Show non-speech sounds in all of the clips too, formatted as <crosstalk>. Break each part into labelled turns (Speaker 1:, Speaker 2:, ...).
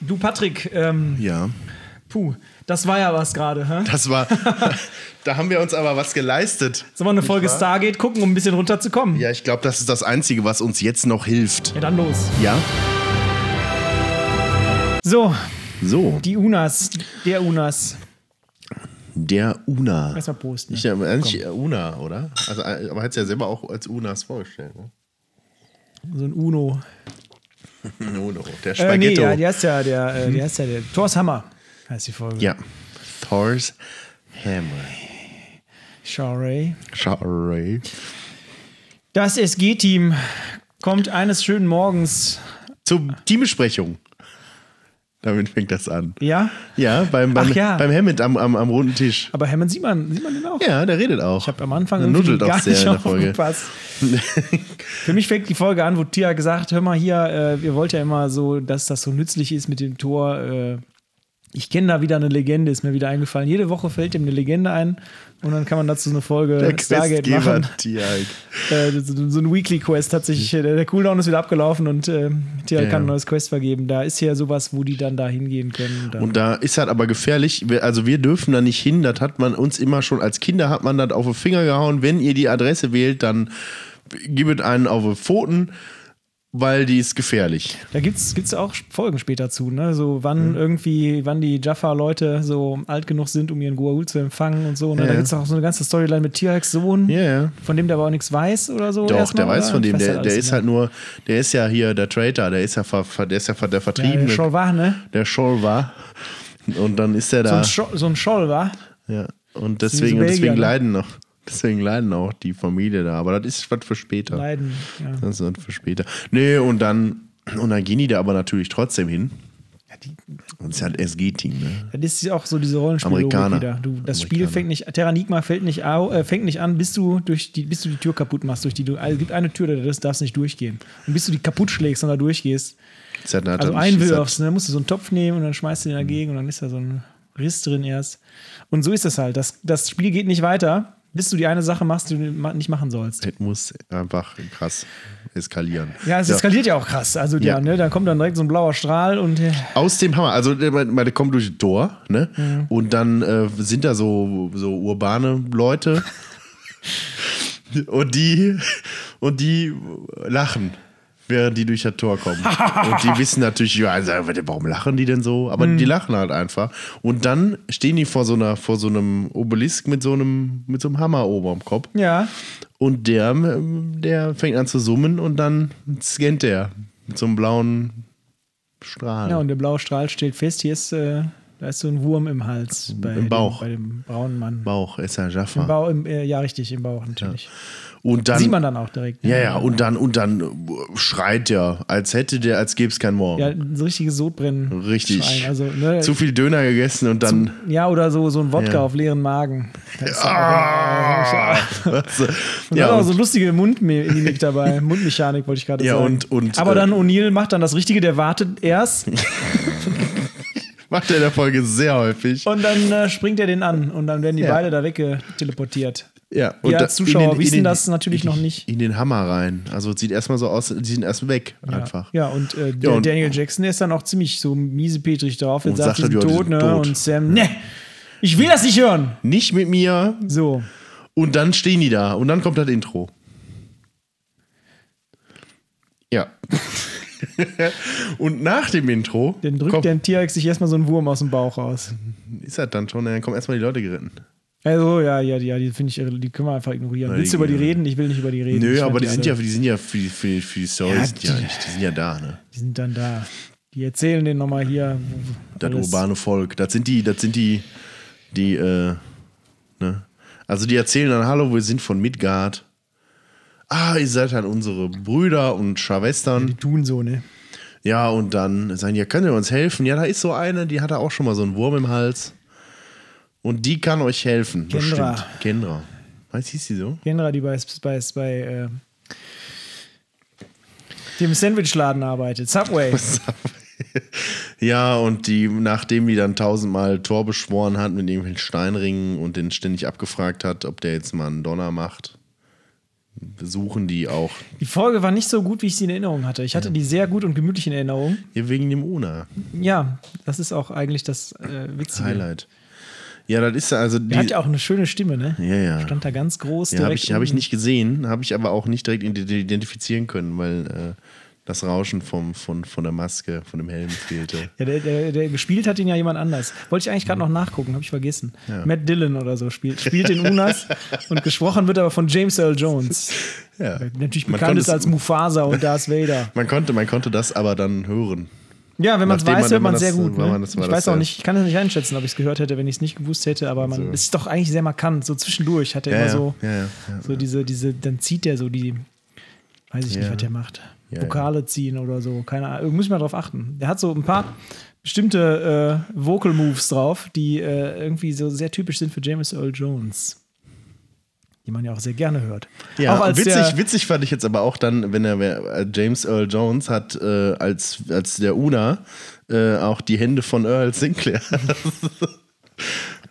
Speaker 1: Du, Patrick, ähm,
Speaker 2: Ja.
Speaker 1: puh, das war ja was gerade. hä?
Speaker 2: Das war. da haben wir uns aber was geleistet.
Speaker 1: Sollen wir eine Folge Stargate gucken, um ein bisschen runterzukommen?
Speaker 2: Ja, ich glaube, das ist das Einzige, was uns jetzt noch hilft.
Speaker 1: ja, dann los.
Speaker 2: Ja?
Speaker 1: So,
Speaker 2: So,
Speaker 1: die Unas, der Unas.
Speaker 2: der Una.
Speaker 1: Erstmal Prost. Ne?
Speaker 2: Ich habe eigentlich Una, oder? Also, äh, aber hat es ja selber auch als Unas vorgestellt. Ne?
Speaker 1: So ein Uno.
Speaker 2: Uno, der
Speaker 1: Äh, nee,
Speaker 2: Spaghetto. Hm?
Speaker 1: ja, die heißt ja der, äh, die heißt ja der Thor's Hammer. Heißt die Folge.
Speaker 2: ja. Thor's Hammer.
Speaker 1: Sorry.
Speaker 2: Sorry.
Speaker 1: Das SG-Team kommt eines schönen Morgens.
Speaker 2: Zur
Speaker 1: Ah.
Speaker 2: Teambesprechung. Damit fängt das an.
Speaker 1: Ja,
Speaker 2: Ja, beim, beim,
Speaker 1: Ach ja.
Speaker 2: beim Hammett am, am, am runden Tisch.
Speaker 1: aber Hammond sieht man, sieht man den auch.
Speaker 2: Ja, der redet auch. Ich
Speaker 1: Am Anfang
Speaker 2: Der
Speaker 1: irgendwie
Speaker 2: nuddelt auch
Speaker 1: gar
Speaker 2: sehr
Speaker 1: nicht
Speaker 2: in der
Speaker 1: auf
Speaker 2: Folge.
Speaker 1: Gepasst.
Speaker 2: <laughs>
Speaker 1: Für mich fängt die Folge an, wo Tia gesagt, hör mal hier, äh, ihr wollt ja immer so, dass das so nützlich ist mit dem Tor. Äh, ich kenne da wieder eine Legende, ist mir wieder eingefallen. Jede Woche fällt ihm eine Legende ein und dann kann man dazu so eine Folge
Speaker 2: Der
Speaker 1: Stargate <laughs>
Speaker 2: Questgeber
Speaker 1: machen.
Speaker 2: Tiag.
Speaker 1: Äh, so, so ein Weekly Quest hat sich, äh, der Cooldown ist wieder abgelaufen und äh, Tia
Speaker 2: Ja.
Speaker 1: kann ein neues Quest vergeben. Da ist ja sowas, wo die dann da hingehen können. Dann.
Speaker 2: Und da ist halt aber gefährlich, Wir- also wir dürfen da nicht hin, das hat man uns immer schon, als Kinder hat man das auf den Finger gehauen, wenn ihr die Adresse wählt, dann gibt einen auf den Pfoten, weil die ist gefährlich.
Speaker 1: Da gibt es auch Folgen später zu, ne? So
Speaker 2: Mhm.
Speaker 1: wann irgendwie, wann die Jaffa-Leute so alt genug sind, um ihren Goa'uld zu empfangen und so. Ne? Da
Speaker 2: Ja.
Speaker 1: gibt es auch so eine ganze Storyline mit T-Rex Sohn,
Speaker 2: Ja, ja.
Speaker 1: von dem der aber auch nichts weiß oder so.
Speaker 2: Doch,
Speaker 1: erstmal,
Speaker 2: der weiß
Speaker 1: oder?
Speaker 2: von
Speaker 1: Ich
Speaker 2: dem, der,
Speaker 1: halt
Speaker 2: der
Speaker 1: alles
Speaker 2: ist halt
Speaker 1: nicht.
Speaker 2: nur, der ist ja hier der Traitor, der ist ja, ver, ver, der, ist ja ver, der
Speaker 1: Ja,
Speaker 2: Vertriebene,
Speaker 1: der Scholl war, ne?
Speaker 2: der Scholl war. Und dann ist er
Speaker 1: So
Speaker 2: da.
Speaker 1: ein, Scholl, so ein Scholl war.
Speaker 2: ja.
Speaker 1: sind
Speaker 2: Und
Speaker 1: diese
Speaker 2: deswegen, und deswegen
Speaker 1: Belgier, ne?
Speaker 2: leiden noch, deswegen leiden auch die Familie da. Aber das ist was für später.
Speaker 1: Leiden. Ja.
Speaker 2: Das ist dann für später. Nee, und dann, und dann gehen die da aber natürlich trotzdem hin. Und es ist halt SG-Team, ne?
Speaker 1: Das ist auch so diese Rollenspiellogik
Speaker 2: Amerikaner.
Speaker 1: wieder. Du, das
Speaker 2: Amerikaner.
Speaker 1: Spiel fängt nicht, Terranigma fällt nicht au, äh, fängt nicht an, bis du durch die, bis du die Tür kaputt machst, durch die du. Also es gibt eine Tür, da das darfst nicht durchgehen. Und bis du die kaputt schlägst und da durchgehst,
Speaker 2: Es hat- hat
Speaker 1: Also
Speaker 2: dann- es hat-
Speaker 1: einwirfst, ne? musst du so einen Topf nehmen und dann schmeißt du den dagegen und dann ist da so ein Riss drin erst. Und so ist das halt. Das, das Spiel geht nicht weiter, bis du die eine Sache machst, die du ma- nicht machen sollst.
Speaker 2: Es muss einfach krass eskalieren.
Speaker 1: Ja, es eskaliert ja auch krass. Also der,
Speaker 2: Ja.
Speaker 1: ne, da kommt dann direkt so ein blauer Strahl und äh,
Speaker 2: Aus dem Hammer, also der- man man kommt durch das Tor, ne? Und dann äh, sind da so, so urbane Leute. und die und die lachen, während die durch das Tor kommen. und die wissen natürlich, ja, also, warum lachen die denn so? Aber die lachen halt einfach. Und dann stehen die vor so einer, vor so einem Obelisk mit so einem, mit so einem Hammer oben am Kopf.
Speaker 1: ja,
Speaker 2: Und der, ähm, der fängt an zu summen und dann scannt der mit so einem blauen Strahl.
Speaker 1: ja, und der blaue Strahl steht fest. Hier ist, äh, da ist so ein Wurm im Hals. Bei
Speaker 2: Im Bauch.
Speaker 1: Dem, bei dem braunen Mann.
Speaker 2: Bauch, ist ja
Speaker 1: Im
Speaker 2: Jaffa.
Speaker 1: Bauch, im, äh, ja, richtig, im Bauch natürlich.
Speaker 2: Und dann,
Speaker 1: Sieht man dann auch direkt. ne?
Speaker 2: ja, ja, und dann, und dann äh, schreit der, als hätte der, als gäbe es keinen Morgen.
Speaker 1: Ja, so richtiges Sodbrennen.
Speaker 2: Richtig.
Speaker 1: Schreien. Also, ne,
Speaker 2: Zu viel Döner gegessen und <laughs> dann.
Speaker 1: ja, oder so, so ein Wodka
Speaker 2: Ja.
Speaker 1: auf leeren Magen. Das genau, ist
Speaker 2: Ah!
Speaker 1: <laughs>
Speaker 2: Weißt du?
Speaker 1: Und
Speaker 2: ja,
Speaker 1: dann auch so
Speaker 2: und,
Speaker 1: lustige Mundmimik dabei. <laughs> Mundmechanik wollte ich gerade
Speaker 2: Ja,
Speaker 1: sagen.
Speaker 2: und- und,
Speaker 1: Aber
Speaker 2: äh,
Speaker 1: dann O'Neill macht dann das Richtige, der wartet
Speaker 2: <laughs>
Speaker 1: erst
Speaker 2: macht er in der Folge sehr häufig.
Speaker 1: und dann äh, springt er den an und dann werden die
Speaker 2: Ja.
Speaker 1: beide da weggeteleportiert.
Speaker 2: ja,
Speaker 1: Und
Speaker 2: da-
Speaker 1: als
Speaker 2: in
Speaker 1: Zuschauer
Speaker 2: den- in
Speaker 1: wissen
Speaker 2: den-
Speaker 1: das natürlich noch nicht.
Speaker 2: In den Hammer rein. Also es sieht erstmal so aus, die sind erst weg einfach.
Speaker 1: Ja, und, äh, der
Speaker 2: und-
Speaker 1: Daniel Jackson der ist dann auch ziemlich so miesepetrig drauf. Er
Speaker 2: Und
Speaker 1: sagt,
Speaker 2: sagt
Speaker 1: sie sind
Speaker 2: halt, ja, die
Speaker 1: tot,
Speaker 2: sind
Speaker 1: ne?
Speaker 2: tot.
Speaker 1: Und Sam, ne, ich will das nicht hören.
Speaker 2: Nicht mit mir.
Speaker 1: So,
Speaker 2: Und dann stehen die da. Und dann kommt das Intro.
Speaker 1: <laughs>
Speaker 2: Ja. und nach dem Intro
Speaker 1: dann drückt
Speaker 2: kommt-
Speaker 1: der T-Rex sich erstmal so einen Wurm aus dem Bauch raus.
Speaker 2: ist das dann schon. Dann kommen erstmal die Leute geritten.
Speaker 1: Also, ja, ja, die- ja, die finde ich, irre. die können wir einfach ignorieren.
Speaker 2: Na,
Speaker 1: Willst
Speaker 2: die-
Speaker 1: du über die reden? Ich will nicht über die reden. Ich
Speaker 2: Nö,
Speaker 1: fand
Speaker 2: aber die sind ja,
Speaker 1: alle-
Speaker 2: die sind ja für die, für die, für die Story
Speaker 1: Ja,
Speaker 2: sind ja
Speaker 1: die-
Speaker 2: nicht, die sind ja da, ne?
Speaker 1: Die sind dann da. Die erzählen denen nochmal hier.
Speaker 2: Das
Speaker 1: alles.
Speaker 2: urbane Volk. Das sind die, das sind die, die, äh, ne? Also die erzählen dann, hallo, wir sind von Midgard. Ah, ihr seid halt unsere Brüder und
Speaker 1: Die
Speaker 2: Schwestern.
Speaker 1: tun so, ne?
Speaker 2: Ja, und dann sagen die, ja, könnt ihr uns helfen? Ja, da ist so eine, die hatte auch schon mal so einen Wurm im Hals. Und die kann euch helfen.
Speaker 1: Kendra.
Speaker 2: Bestimmt. Kendra. Weiß hieß die so? <laughs>
Speaker 1: Kendra, die bei, bei, bei äh, dem Sandwichladen arbeitet. Subway.
Speaker 2: Ja, und die, nachdem die dann tausendmal Tor beschworen hat mit irgendwelchen Steinringen und den ständig abgefragt hat, ob der jetzt mal einen Donner macht, suchen die auch.
Speaker 1: Die Folge war nicht so gut, wie ich sie in Erinnerung hatte. Ich hatte die sehr gut und gemütlich in Erinnerung.
Speaker 2: Hier wegen dem Una.
Speaker 1: Ja, das ist auch eigentlich das äh, Witzige.
Speaker 2: Highlight. Ja, das ist also die.
Speaker 1: Er hat ja auch eine schöne Stimme, ne?
Speaker 2: Ja, ja.
Speaker 1: Stand da ganz groß.
Speaker 2: Ja, habe
Speaker 1: direkt
Speaker 2: ich, hab ich
Speaker 1: unten.
Speaker 2: nicht gesehen, habe ich aber auch nicht direkt ident- identifizieren können, weil äh, das Rauschen vom, von, von der Maske, von dem Helm fehlte.
Speaker 1: Ja, der, der, der gespielt hat ihn ja jemand anders. Wollte ich eigentlich gerade noch nachgucken, habe ich vergessen. Matt Dillon oder so spielt, spielt den
Speaker 2: <laughs>
Speaker 1: Unas und gesprochen wird aber von James Earl Jones.
Speaker 2: Ja.
Speaker 1: der Natürlich
Speaker 2: Man
Speaker 1: bekannt
Speaker 2: konnte
Speaker 1: ist
Speaker 2: es-
Speaker 1: als Mufasa und Darth Vader.
Speaker 2: Man konnte, man konnte das aber dann hören.
Speaker 1: Ja, wenn man es weiß,
Speaker 2: Nachdem man-
Speaker 1: hört
Speaker 2: wenn man
Speaker 1: man sehr
Speaker 2: das-
Speaker 1: gut.
Speaker 2: wenn
Speaker 1: Ne?
Speaker 2: man das-
Speaker 1: ich
Speaker 2: war das
Speaker 1: weiß auch
Speaker 2: ja-
Speaker 1: nicht, ich kann es nicht einschätzen, ob ich es gehört hätte, wenn ich es nicht gewusst hätte, aber man es ist doch eigentlich sehr markant. So zwischendurch hat er
Speaker 2: Ja,
Speaker 1: immer
Speaker 2: ja,
Speaker 1: so,
Speaker 2: ja, ja, ja,
Speaker 1: so diese, diese, dann zieht er so die, weiß ich nicht,
Speaker 2: Ja.
Speaker 1: was der macht.
Speaker 2: Ja,
Speaker 1: Vokale ziehen oder so, keine Ahnung. Muss ich mal drauf achten. Der hat so ein paar bestimmte äh, Vocal Moves drauf, die äh, irgendwie so sehr typisch sind für James Earl Jones. Die man ja auch sehr gerne hört.
Speaker 2: Ja,
Speaker 1: auch als
Speaker 2: witzig,
Speaker 1: der,
Speaker 2: witzig fand ich jetzt aber auch dann, wenn er äh, James Earl Jones hat äh, als, als der Una äh, auch die Hände von Earl Sinclair.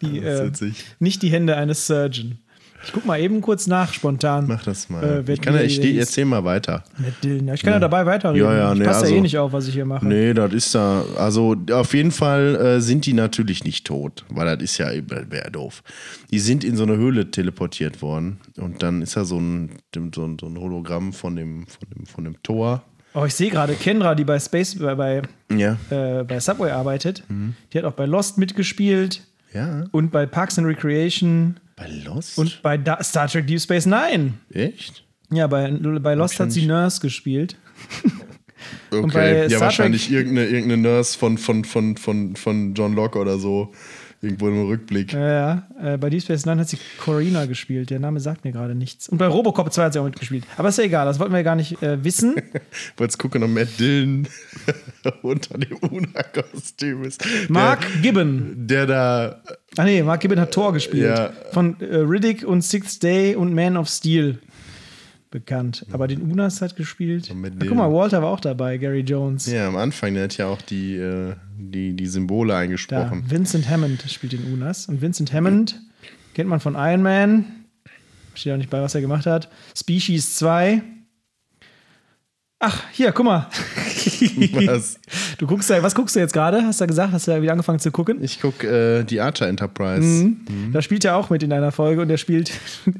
Speaker 1: die,
Speaker 2: <laughs> Das ist
Speaker 1: äh,
Speaker 2: witzig.
Speaker 1: nicht die Hände eines Surgeon. Ich guck mal eben kurz nach, spontan.
Speaker 2: Mach das mal.
Speaker 1: Äh, wer
Speaker 2: ich kann ja,
Speaker 1: die-
Speaker 2: ich
Speaker 1: die-
Speaker 2: steh, erzähl mal weiter.
Speaker 1: Mit Dylan. Ja, Ich kann ja, dabei weiterreden.
Speaker 2: Ja, ja,
Speaker 1: ich
Speaker 2: nee,
Speaker 1: passe ja eh
Speaker 2: also-
Speaker 1: nicht auf, was ich hier mache.
Speaker 2: Nee, das ist da. Also auf jeden Fall äh, sind die natürlich nicht tot, weil das ist ja wäre doof. Die sind in so eine Höhle teleportiert worden und dann ist da so ein, dem- so ein, so ein Hologramm von dem, von dem, von dem Tor.
Speaker 1: Oh, ich sehe gerade Kendra, die bei Space, bei, bei,
Speaker 2: Ja.
Speaker 1: äh, bei Subway arbeitet.
Speaker 2: Mhm.
Speaker 1: Die hat auch bei Lost mitgespielt
Speaker 2: Ja.
Speaker 1: und bei Parks and Recreation
Speaker 2: Bei Lost?
Speaker 1: und bei da Star Trek Deep Space Nine.
Speaker 2: Echt?
Speaker 1: Ja, bei, bei Lost hat sie
Speaker 2: Wahrscheinlich.
Speaker 1: Nurse gespielt.
Speaker 2: Okay.
Speaker 1: bei
Speaker 2: ja,
Speaker 1: Star
Speaker 2: wahrscheinlich irgendeine, irgendeine Nurse von, von, von, von, von John Locke oder so. Irgendwo im Rückblick.
Speaker 1: Ja, ja. Äh, bei Deep Space Nine hat sie Corina gespielt. Der Name sagt mir gerade nichts. Und bei Robocop 2 hat sie auch mitgespielt. Aber ist ja egal, das wollten wir gar nicht äh,
Speaker 2: <laughs>
Speaker 1: wissen.
Speaker 2: Wollt's gucken, ob Matt Dillon <laughs> unter dem Una-Kostüm ist.
Speaker 1: Mark Gibbon.
Speaker 2: Der, der da
Speaker 1: Ah nee, Mark Gibbon hat Thor gespielt.
Speaker 2: Ja.
Speaker 1: Von äh, Riddick und Sixth Day und Man of Steel bekannt. Aber den Unas hat gespielt.
Speaker 2: mit
Speaker 1: Na, guck
Speaker 2: dem-
Speaker 1: mal, Walter war auch dabei, Gary Jones.
Speaker 2: Ja, am Anfang, der hat ja auch die, äh, die, die Symbole
Speaker 1: Da,
Speaker 2: eingesprochen.
Speaker 1: Vincent Hammond spielt den Unas. Und Vincent Hammond kennt man von Iron Man. Steht auch nicht bei, was er gemacht hat. Species 2. Ach, hier, guck mal.
Speaker 2: <laughs> Was?
Speaker 1: Du guckst da, was guckst du jetzt gerade? Hast du gesagt, hast du ja wieder angefangen zu gucken?
Speaker 2: Ich gucke äh, die Archer Enterprise.
Speaker 1: Mhm. Da spielt er auch mit in einer Folge und er spielt. <laughs>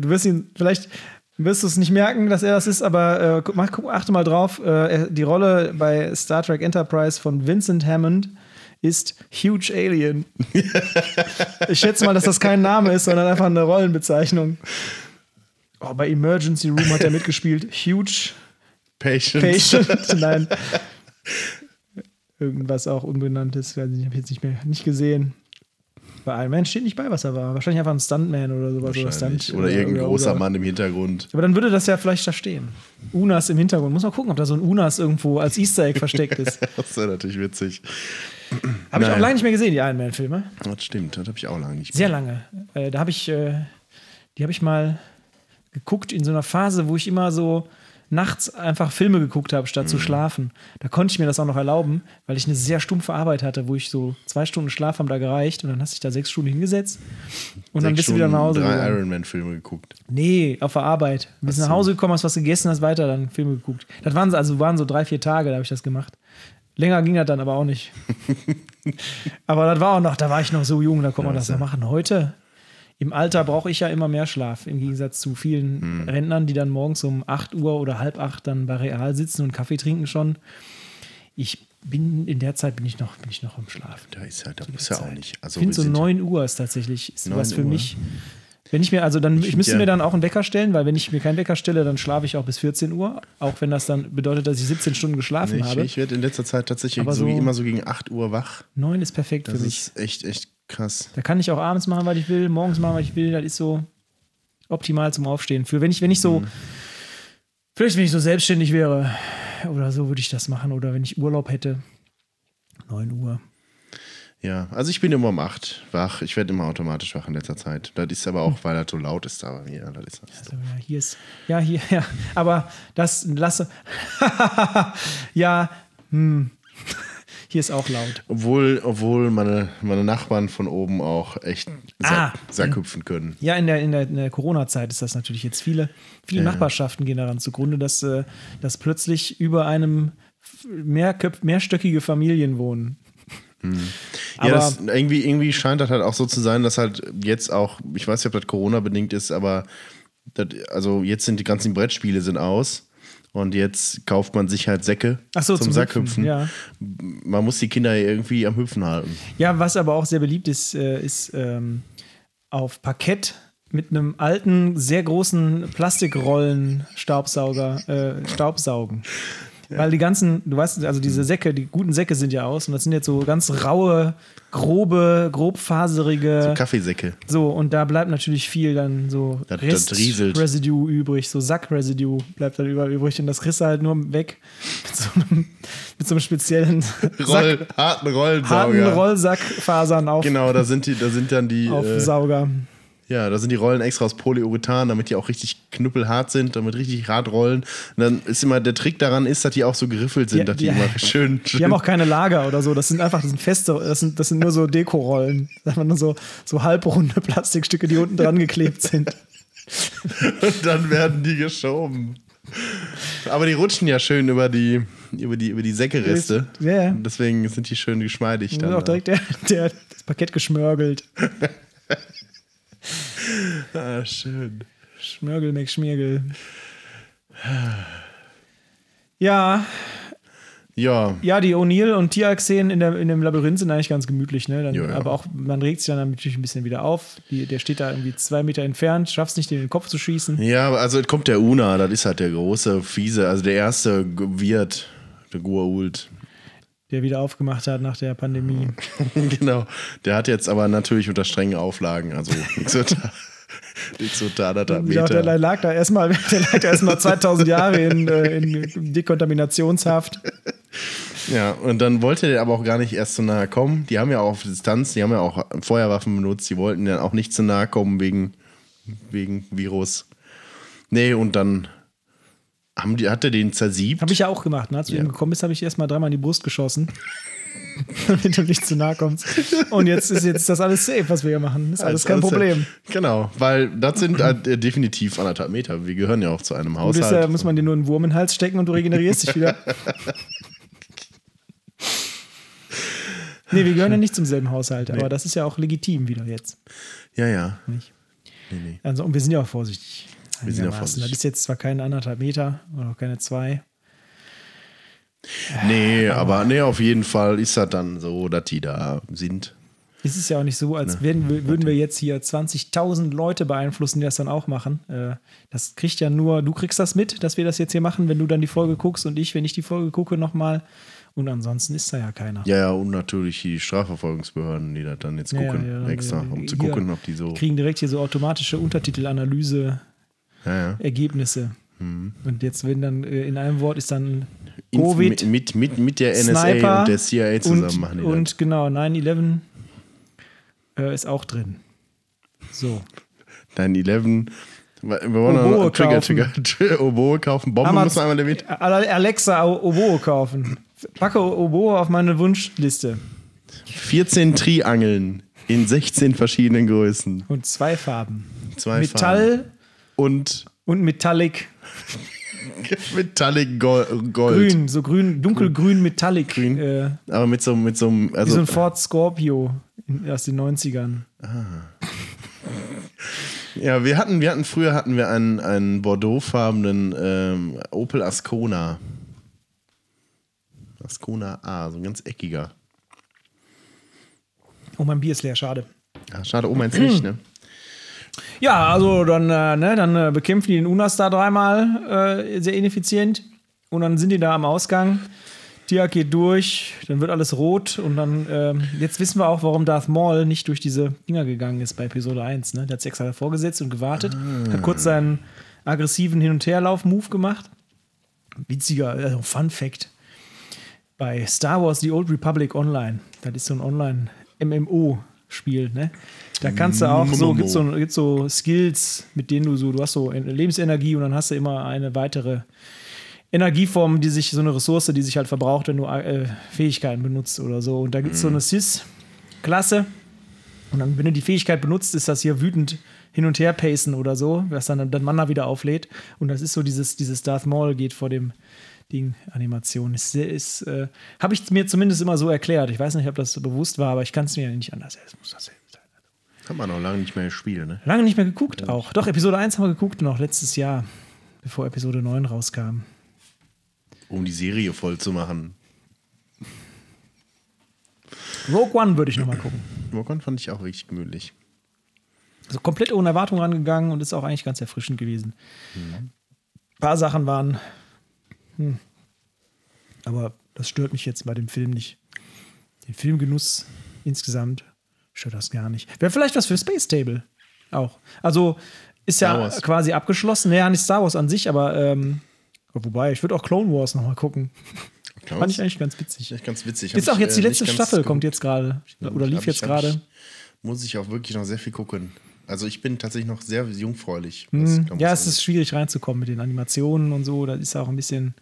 Speaker 1: du wirst ihn, vielleicht wirst du es nicht merken, dass er das ist, aber äh, guck, mach, guck, achte mal drauf. Äh, er- die Rolle bei Star Trek Enterprise von Vincent Hammond ist Huge Alien. ich schätze mal, dass das kein Name ist, sondern einfach eine Rollenbezeichnung. Oh, bei Emergency Room hat er mitgespielt. Huge
Speaker 2: Patient. <laughs>
Speaker 1: Patient. Nein. Irgendwas auch Unbenanntes. Weiß nicht, Ich habe jetzt nicht mehr nicht gesehen. Bei Iron Man steht nicht bei, was er war. Wahrscheinlich einfach ein Stuntman oder sowas. Oder, Stunt,
Speaker 2: Wahrscheinlich. Oder irgendein großer Mann im Hintergrund. <laughs>
Speaker 1: Aber dann würde das ja vielleicht da stehen. Unas im Hintergrund. Muss mal gucken, ob da so ein Unas irgendwo als Easter Egg versteckt ist.
Speaker 2: Das wäre natürlich witzig.
Speaker 1: Habe ich auch
Speaker 2: Nein.
Speaker 1: lange nicht mehr gesehen, die Iron Man-Filme.
Speaker 2: Das stimmt, das habe ich auch lange nicht
Speaker 1: Sehr lange. Äh, da habe ich, äh, die habe ich mal geguckt in so einer Phase, wo ich immer so nachts einfach Filme geguckt habe,
Speaker 2: Mhm.
Speaker 1: statt zu schlafen. Da konnte ich mir das auch noch erlauben, weil ich eine sehr stumpfe Arbeit hatte, wo ich so zwei Stunden Schlaf haben da gereicht und dann hast du dich da sechs Stunden hingesetzt und dann
Speaker 2: Sechs
Speaker 1: bist du wieder nach Hause
Speaker 2: Stunden drei
Speaker 1: gegangen.
Speaker 2: Iron Man Filme geguckt.
Speaker 1: Nee, auf der Arbeit. Du bist
Speaker 2: Ach
Speaker 1: nach
Speaker 2: so.
Speaker 1: Hause gekommen, hast was gegessen, hast weiter dann Filme geguckt. Das waren so- also waren so drei, vier Tage, da habe ich das gemacht. Länger ging das dann aber auch
Speaker 2: <laughs>
Speaker 1: nicht. aber das war auch noch, da war ich noch so jung, da konnte man das noch machen. Heute, im Alter brauche ich ja immer mehr Schlaf, im Gegensatz zu vielen
Speaker 2: Hm.
Speaker 1: Rentnern, die dann morgens um 8 Uhr oder halb acht dann bei Real sitzen und Kaffee trinken schon. Ich bin in der Zeit bin ich noch, bin ich noch im Schlaf.
Speaker 2: Da ist ja, da muss ja auch nicht. Also
Speaker 1: Ich finde
Speaker 2: wir
Speaker 1: so
Speaker 2: sind-
Speaker 1: 9 Uhr ist tatsächlich ist
Speaker 2: 9
Speaker 1: was für
Speaker 2: Uhr.
Speaker 1: mich. Wenn ich mir, also dann, ich,
Speaker 2: find
Speaker 1: müsste
Speaker 2: ja-
Speaker 1: mir dann auch einen Wecker stellen, weil wenn ich mir keinen Wecker stelle, dann schlafe ich auch bis 14 Uhr, auch wenn das dann bedeutet, dass ich 17 Stunden geschlafen
Speaker 2: ich,
Speaker 1: habe.
Speaker 2: ich werde in letzter Zeit tatsächlich
Speaker 1: Aber
Speaker 2: so,
Speaker 1: so-
Speaker 2: immer so gegen 8 Uhr wach.
Speaker 1: 9 ist perfekt
Speaker 2: Das
Speaker 1: für mich.
Speaker 2: ist echt, echt krass.
Speaker 1: Da kann ich auch abends machen, was ich will, morgens machen, was ich will. Das ist so optimal zum Aufstehen. Für wenn ich, wenn ich
Speaker 2: Mhm.
Speaker 1: so, vielleicht wenn ich so selbstständig wäre oder so, würde ich das machen. Oder wenn ich Urlaub hätte. 9 Uhr.
Speaker 2: Ja, also ich bin immer um 8 wach. Ich werde immer automatisch wach in letzter Zeit. Das ist aber auch, weil das so laut ist da bei mir. Das ist das.
Speaker 1: Also, ja, hier ist, ja, hier, <laughs> ja. <laughs> Aber das lasse. ja, hm. <laughs> Hier ist auch laut.
Speaker 2: Obwohl, obwohl meine, meine Nachbarn von oben auch echt Sa
Speaker 1: Ah.
Speaker 2: Sackhüpfen können.
Speaker 1: Ja, in der, in der, in der Corona-Zeit ist das natürlich jetzt viele, viele Nachbarschaften gehen daran zugrunde, dass, äh, dass plötzlich über einem mehrköp mehrstöckige Familien wohnen. Aber
Speaker 2: Hm. ja, das, irgendwie, irgendwie scheint das halt auch so zu sein, dass halt jetzt auch, ich weiß nicht, ob das Corona-bedingt ist, aber das, also jetzt sind die ganzen Brettspiele sind aus und jetzt kauft man sich halt Säcke
Speaker 1: ach so,
Speaker 2: zum, Sackhüpfen.
Speaker 1: Ja.
Speaker 2: Man muss die Kinder irgendwie am Hüpfen halten.
Speaker 1: ja, was aber auch sehr beliebt ist, äh, ist ähm, auf Parkett mit einem alten, sehr großen Plastikrollen-Staubsauger äh, Staubsaugen. Weil die ganzen, du weißt, also diese Säcke, die guten Säcke sind ja aus und das sind jetzt so ganz raue, grobe, grobfaserige.
Speaker 2: Kaffeesäcke.
Speaker 1: So, und da bleibt natürlich viel dann so
Speaker 2: Das- das rieselt.
Speaker 1: Residue übrig, so Sackresidue bleibt dann überall übrig und das riss er halt nur weg mit so einem, <laughs> mit so einem speziellen Sack,
Speaker 2: Roll, harten
Speaker 1: harten
Speaker 2: Rollensauger.
Speaker 1: Rollsackfasern auf,
Speaker 2: genau, da sind die, da sind dann die,
Speaker 1: auf
Speaker 2: äh,
Speaker 1: Sauger.
Speaker 2: ja, da sind die Rollen extra aus Polyurethan, damit die auch richtig knüppelhart sind, damit richtig hart rollen. Und dann ist immer der Trick daran ist, dass die auch so geriffelt sind,
Speaker 1: Ja,
Speaker 2: dass die
Speaker 1: ja.
Speaker 2: immer schön, schön
Speaker 1: Die haben auch keine Lager oder so, das sind einfach das sind feste, das sind, das sind nur so Dekorollen. Das sind einfach nur so, so halbrunde Plastikstücke, die unten dran geklebt sind.
Speaker 2: Und <laughs> dann werden die geschoben. Aber die rutschen ja schön über die, über die, über die Säckereste.
Speaker 1: Ja, ja.
Speaker 2: Und Deswegen sind die schön geschmeidig
Speaker 1: Und
Speaker 2: <laughs> dann.
Speaker 1: auch direkt der, der das Parkett geschmörgelt.
Speaker 2: ah, schön.
Speaker 1: Schmörgel, Mac, Schmiergel. Ja,
Speaker 2: Ja,
Speaker 1: Ja, die O'Neill und Tiag-Szenen in, der- in dem Labyrinth sind eigentlich ganz gemütlich, ne? Dann,
Speaker 2: Ja, ja.
Speaker 1: Aber auch, man regt sich dann natürlich ein bisschen wieder auf. Die, der steht da irgendwie zwei Meter entfernt, schafft es nicht, den in den Kopf zu schießen.
Speaker 2: Ja, aber also es kommt der Una, das ist halt der große, fiese, also der erste G- Wirt, der Guault.
Speaker 1: Der wieder aufgemacht hat nach der Pandemie.
Speaker 2: <laughs> genau. Der hat jetzt aber natürlich unter strengen Auflagen,
Speaker 1: <laughs>
Speaker 2: also nichts unter, nichts unter anderthalb
Speaker 1: Ja, der
Speaker 2: Meter.
Speaker 1: lag da erstmal, <laughs> der lag da erstmal 2000 Jahre in, äh, in Dekontaminationshaft.
Speaker 2: Ja, und dann wollte der aber auch gar nicht erst so nahe kommen. Die haben ja auch auf Distanz, die haben ja auch Feuerwaffen benutzt, die wollten dann auch nicht zu nahe kommen wegen, wegen Virus. Nee, und dann haben die, hat er den zersiebt.
Speaker 1: Habe ich ja auch gemacht. Ne? Als du
Speaker 2: Ja.
Speaker 1: eben gekommen bist, habe ich erstmal dreimal in die Brust geschossen. <laughs> Damit du nicht zu nahe kommst. Und jetzt ist jetzt das alles safe, was wir hier machen. Ist alles kein Problem.
Speaker 2: Genau, weil das sind halt, äh, definitiv anderthalb Meter. Wir gehören ja auch zu einem
Speaker 1: Gut ist
Speaker 2: Haushalt.
Speaker 1: ja, muss man dir nur einen Wurm in den Hals stecken und du regenerierst dich wieder. Nee, wir gehören ja nicht zum selben Haushalt, aber das ist ja auch legitim wieder jetzt.
Speaker 2: ja, ja.
Speaker 1: Nicht?
Speaker 2: Nee, nee.
Speaker 1: Also, und wir sind ja auch vorsichtig.
Speaker 2: Wir sind ja
Speaker 1: einigermaßen.
Speaker 2: vorsichtig.
Speaker 1: Das ist jetzt zwar keine anderthalb Meter oder auch keine zwei. <laughs>
Speaker 2: nee, aber nee, auf jeden Fall ist das dann so, dass die da sind.
Speaker 1: Es ist ja auch nicht so, als
Speaker 2: Ne,
Speaker 1: wären, wir- würden wir jetzt hier 20.000 Leute beeinflussen, die das dann auch machen. Äh, Das kriegt ja nur, du kriegst das mit, dass wir das jetzt hier machen, wenn du dann die Folge guckst und ich, wenn ich die Folge gucke, nochmal. Und ansonsten ist da ja keiner.
Speaker 2: Ja, ja, und natürlich die Strafverfolgungsbehörden, die das dann jetzt
Speaker 1: Ja,
Speaker 2: gucken,
Speaker 1: ja, ja,
Speaker 2: extra,
Speaker 1: ja,
Speaker 2: um zu
Speaker 1: hier.
Speaker 2: gucken, ob die so.
Speaker 1: Die kriegen direkt hier so automatische Untertitelanalyse-Ergebnisse.
Speaker 2: Ja, ja. Hm.
Speaker 1: Und jetzt, wenn dann äh, in einem Wort ist dann
Speaker 2: Inf-
Speaker 1: Covid,
Speaker 2: mit, mit, mit der NSA
Speaker 1: Sniper
Speaker 2: und der CIA zusammen machen
Speaker 1: und,
Speaker 2: die
Speaker 1: und genau, 9-11 äh, ist auch drin. So.
Speaker 2: das. Dann 11. Wir wollen
Speaker 1: Oboe
Speaker 2: noch Trigger,
Speaker 1: kaufen.
Speaker 2: Trigger, Oboe kaufen. Bomben
Speaker 1: Amaz-
Speaker 2: muss man einmal damit.
Speaker 1: Alexa O- Oboe kaufen. Packe O- Oboe auf meine Wunschliste.
Speaker 2: 14 Triangeln in 16 verschiedenen Größen.
Speaker 1: Und zwei Farben.
Speaker 2: Zwei
Speaker 1: Metall
Speaker 2: Farben.
Speaker 1: <laughs>
Speaker 2: und
Speaker 1: und Metallic.
Speaker 2: Metallic Gol- Gold.
Speaker 1: Grün, so grün, dunkelgrün Metallic.
Speaker 2: Grün.
Speaker 1: Äh,
Speaker 2: Aber mit so, mit so einem.
Speaker 1: wie
Speaker 2: Also,
Speaker 1: so ein Ford Scorpio in, aus den 90ern.
Speaker 2: ja, wir hatten, wir hatten früher hatten wir einen, einen Bordeaux-farbenen ähm, Opel Ascona. Ascona A, so ein ganz eckiger.
Speaker 1: Oh, mein Bier ist leer, schade.
Speaker 2: Ja, schade, oh meins nicht, <clears throat> ne?
Speaker 1: Ja, also dann, äh, ne, dann äh, bekämpfen die den Unas da dreimal äh, sehr ineffizient und dann sind die da am Ausgang. Tiak geht durch, dann wird alles rot und dann, ähm, jetzt wissen wir auch, warum Darth Maul nicht durch diese Dinger gegangen ist bei Episode 1. Ne? Der hat sich extra davor gesetzt und gewartet, hat kurz seinen aggressiven Hin- und Herlauf-Move gemacht. Witziger, also Fun Fact. Bei Star Wars The Old Republic Online, das ist so ein Online-MMO-Spiel, ne? Da kannst du auch so,
Speaker 2: MMO.
Speaker 1: gibt's so und es gibt so Skills, mit denen du so, du hast so Lebensenergie und dann hast du immer eine weitere Energieformen, die sich, so eine Ressource, die sich halt verbraucht, wenn du äh, Fähigkeiten benutzt oder so. Und da gibt es so eine Sys-Klasse. Und dann, wenn du die Fähigkeit benutzt, ist das hier wütend hin und her pacen oder so, was dann dein Mana wieder auflädt. Und das ist so dieses, dieses Darth Maul geht vor dem Ding Animation. Ist, sehr- ist, äh, Habe ich mir zumindest immer so erklärt. Ich weiß nicht, ob das so bewusst war, aber ich kann es mir nicht anders. Es muss das sein.
Speaker 2: Hat man noch lange nicht mehr gespielt, ne?
Speaker 1: Lange nicht mehr geguckt auch. Doch, Episode 1 haben wir geguckt noch letztes Jahr, bevor Episode 9 rauskam.
Speaker 2: Um die Serie voll zu machen.
Speaker 1: Rogue One würde ich nochmal gucken.
Speaker 2: Wokon fand ich auch richtig gemütlich.
Speaker 1: Also komplett ohne Erwartung rangegangen und ist auch eigentlich ganz erfrischend gewesen.
Speaker 2: Mhm.
Speaker 1: Ein paar Sachen waren. Hm. Aber das stört mich jetzt bei dem Film nicht. Den Filmgenuss insgesamt stört das gar nicht. Wäre vielleicht was für Space Table auch. Also ist ja
Speaker 2: Star Wars.
Speaker 1: quasi abgeschlossen. Naja, nicht Star Wars an sich, aber ähm, wobei, ich würde auch Clone Wars nochmal gucken.
Speaker 2: Klaus?
Speaker 1: Fand ich eigentlich ganz witzig.
Speaker 2: echt ganz witzig.
Speaker 1: Ist
Speaker 2: Hab
Speaker 1: auch
Speaker 2: ich,
Speaker 1: jetzt die
Speaker 2: äh,
Speaker 1: letzte
Speaker 2: nicht ganz
Speaker 1: Staffel, kommt
Speaker 2: geguckt.
Speaker 1: jetzt gerade. Oder
Speaker 2: Hab
Speaker 1: lief
Speaker 2: ich-
Speaker 1: jetzt
Speaker 2: hab ich-
Speaker 1: gerade.
Speaker 2: Muss ich auch wirklich noch sehr viel gucken. Also ich bin tatsächlich noch sehr jungfräulich.
Speaker 1: Mhm. Ja, es ist schwierig reinzukommen mit den Animationen und so. Das ist auch ein bisschen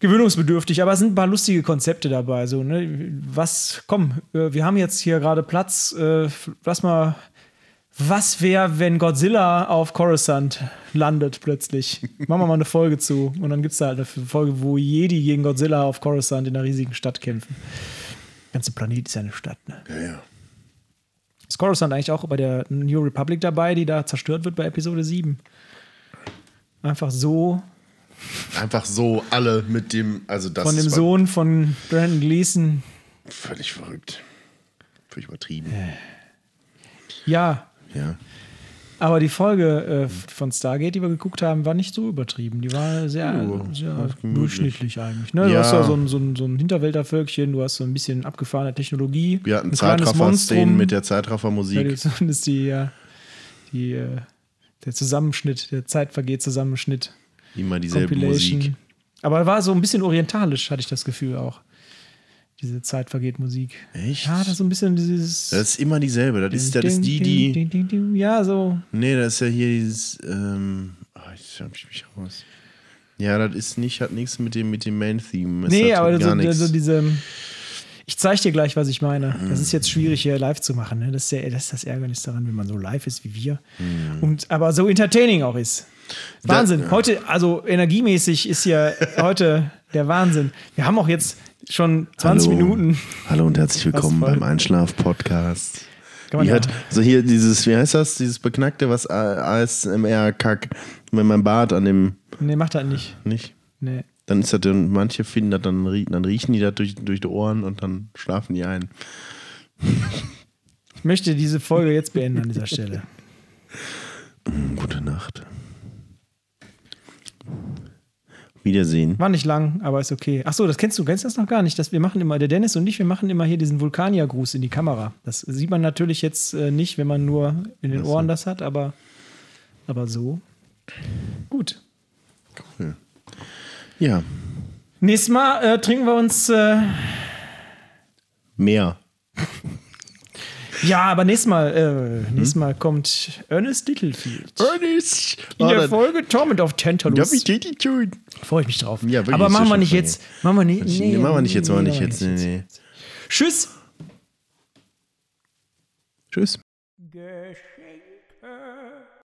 Speaker 1: gewöhnungsbedürftig. Aber es sind ein paar lustige Konzepte dabei. So, ne? Was, komm, äh, wir haben jetzt hier gerade Platz. äh, f- Lass mal. Was wäre, wenn Godzilla auf Coruscant landet plötzlich? Machen wir mal eine Folge zu. Und dann gibt es da halt eine Folge, wo Jedi gegen Godzilla auf Coruscant in einer riesigen Stadt kämpfen. Der ganze Planet ist ja eine Stadt, ne?
Speaker 2: Ja, ja.
Speaker 1: Ist Coruscant eigentlich auch bei der New Republic dabei, die da zerstört wird bei Episode 7? Einfach so
Speaker 2: Einfach so alle mit dem, also das
Speaker 1: von dem
Speaker 2: ist
Speaker 1: Sohn von Brandon Gleason.
Speaker 2: völlig verrückt. Völlig übertrieben.
Speaker 1: Ja,
Speaker 2: Ja.
Speaker 1: aber die Folge äh, von Stargate, die wir geguckt haben, war nicht so übertrieben. Die war sehr,
Speaker 2: Ja,
Speaker 1: sehr
Speaker 2: ganz gemütlich.
Speaker 1: durchschnittlich eigentlich. Ne? Du
Speaker 2: Ja.
Speaker 1: hast ja so ein, so ein, so ein Hinterwäldervölkchen, du hast so ein bisschen abgefahrene Technologie.
Speaker 2: Wir hatten
Speaker 1: ein kleines
Speaker 2: Zeitraffer-Szenen
Speaker 1: Monstrum.
Speaker 2: mit der
Speaker 1: Ja,
Speaker 2: Zeitraffer-Musik.
Speaker 1: die- <laughs> zumindest die, ja, die, äh, der Zusammenschnitt, der Zeitvergeht-Zusammenschnitt.
Speaker 2: Immer dieselbe Musik.
Speaker 1: Aber war so ein bisschen orientalisch, hatte ich das Gefühl auch. Diese Zeit vergeht Musik.
Speaker 2: Echt?
Speaker 1: Ja, das so ein bisschen dieses.
Speaker 2: Das ist immer dieselbe. Das ist, das ist die, die.
Speaker 1: die, Ja, so.
Speaker 2: Nee, das ist ja hier dieses. Ähm, ah, jetzt hab ich mich raus. Ja, das ist nicht, hat nichts mit dem, mit dem Main-Theme. Es
Speaker 1: Nee,
Speaker 2: hat
Speaker 1: aber
Speaker 2: gar
Speaker 1: so,
Speaker 2: nichts.
Speaker 1: so diese. Ich zeige dir gleich, was ich meine. Das ist
Speaker 2: Mm.
Speaker 1: jetzt schwierig, hier live zu machen. Ne? Das, ist der, das ist das Ärgernis daran, wenn man so live ist wie wir. Und, aber so entertaining auch ist.
Speaker 2: Mm. Da-
Speaker 1: Wahnsinn.
Speaker 2: ja.
Speaker 1: Heute, also energiemäßig ist hier heute der Wahnsinn. Wir haben auch jetzt schon 20
Speaker 2: Hallo.
Speaker 1: Minuten.
Speaker 2: Hallo und herzlich willkommen
Speaker 1: voll.
Speaker 2: beim Einschlaf-Podcast.
Speaker 1: Kann man
Speaker 2: Wie
Speaker 1: ja-
Speaker 2: hat, so hier dieses, wie heißt das, dieses beknackte, was A- ASMR-Kack, wenn man Bart an dem,
Speaker 1: Nee, macht das nicht.
Speaker 2: nicht?
Speaker 1: Nee.
Speaker 2: Dann ist das, dann, manche finden das, dann, rie- dann riechen die das durch, durch die Ohren und dann schlafen die ein.
Speaker 1: Ich möchte diese Folge jetzt beenden an dieser Stelle.
Speaker 2: Gute Nacht. Wiedersehen.
Speaker 1: War nicht lang, aber ist okay. Ach so, das kennst du, kennst das noch gar nicht. Das, wir machen immer, der Dennis und ich, wir machen immer hier diesen Vulkaniergruß in die Kamera. Das sieht man natürlich jetzt äh, nicht, wenn man nur in den Ohren das hat, aber, aber so. Gut.
Speaker 2: Ja,
Speaker 1: Nächstes Mal äh, trinken wir uns. Äh,
Speaker 2: mehr.
Speaker 1: ja, aber nächstes Mal,
Speaker 2: Hm?
Speaker 1: äh, nächstes Mal kommt Ernest Littlefield.
Speaker 2: Ernest!
Speaker 1: In der
Speaker 2: Oh,
Speaker 1: Folge Torment of
Speaker 2: da hab
Speaker 1: Tantalus.
Speaker 2: ich tätig tun.
Speaker 1: Freue ich mich drauf.
Speaker 2: Ja, wirklich,
Speaker 1: aber
Speaker 2: ist
Speaker 1: machen wir
Speaker 2: ja schon
Speaker 1: nicht
Speaker 2: funny.
Speaker 1: jetzt. Machen wir nicht.
Speaker 2: Nee, machen wir nicht jetzt, machen wir nicht
Speaker 1: machen wir
Speaker 2: jetzt. Nee, nee.
Speaker 1: Tschüss.
Speaker 2: Tschüss.
Speaker 3: Gäste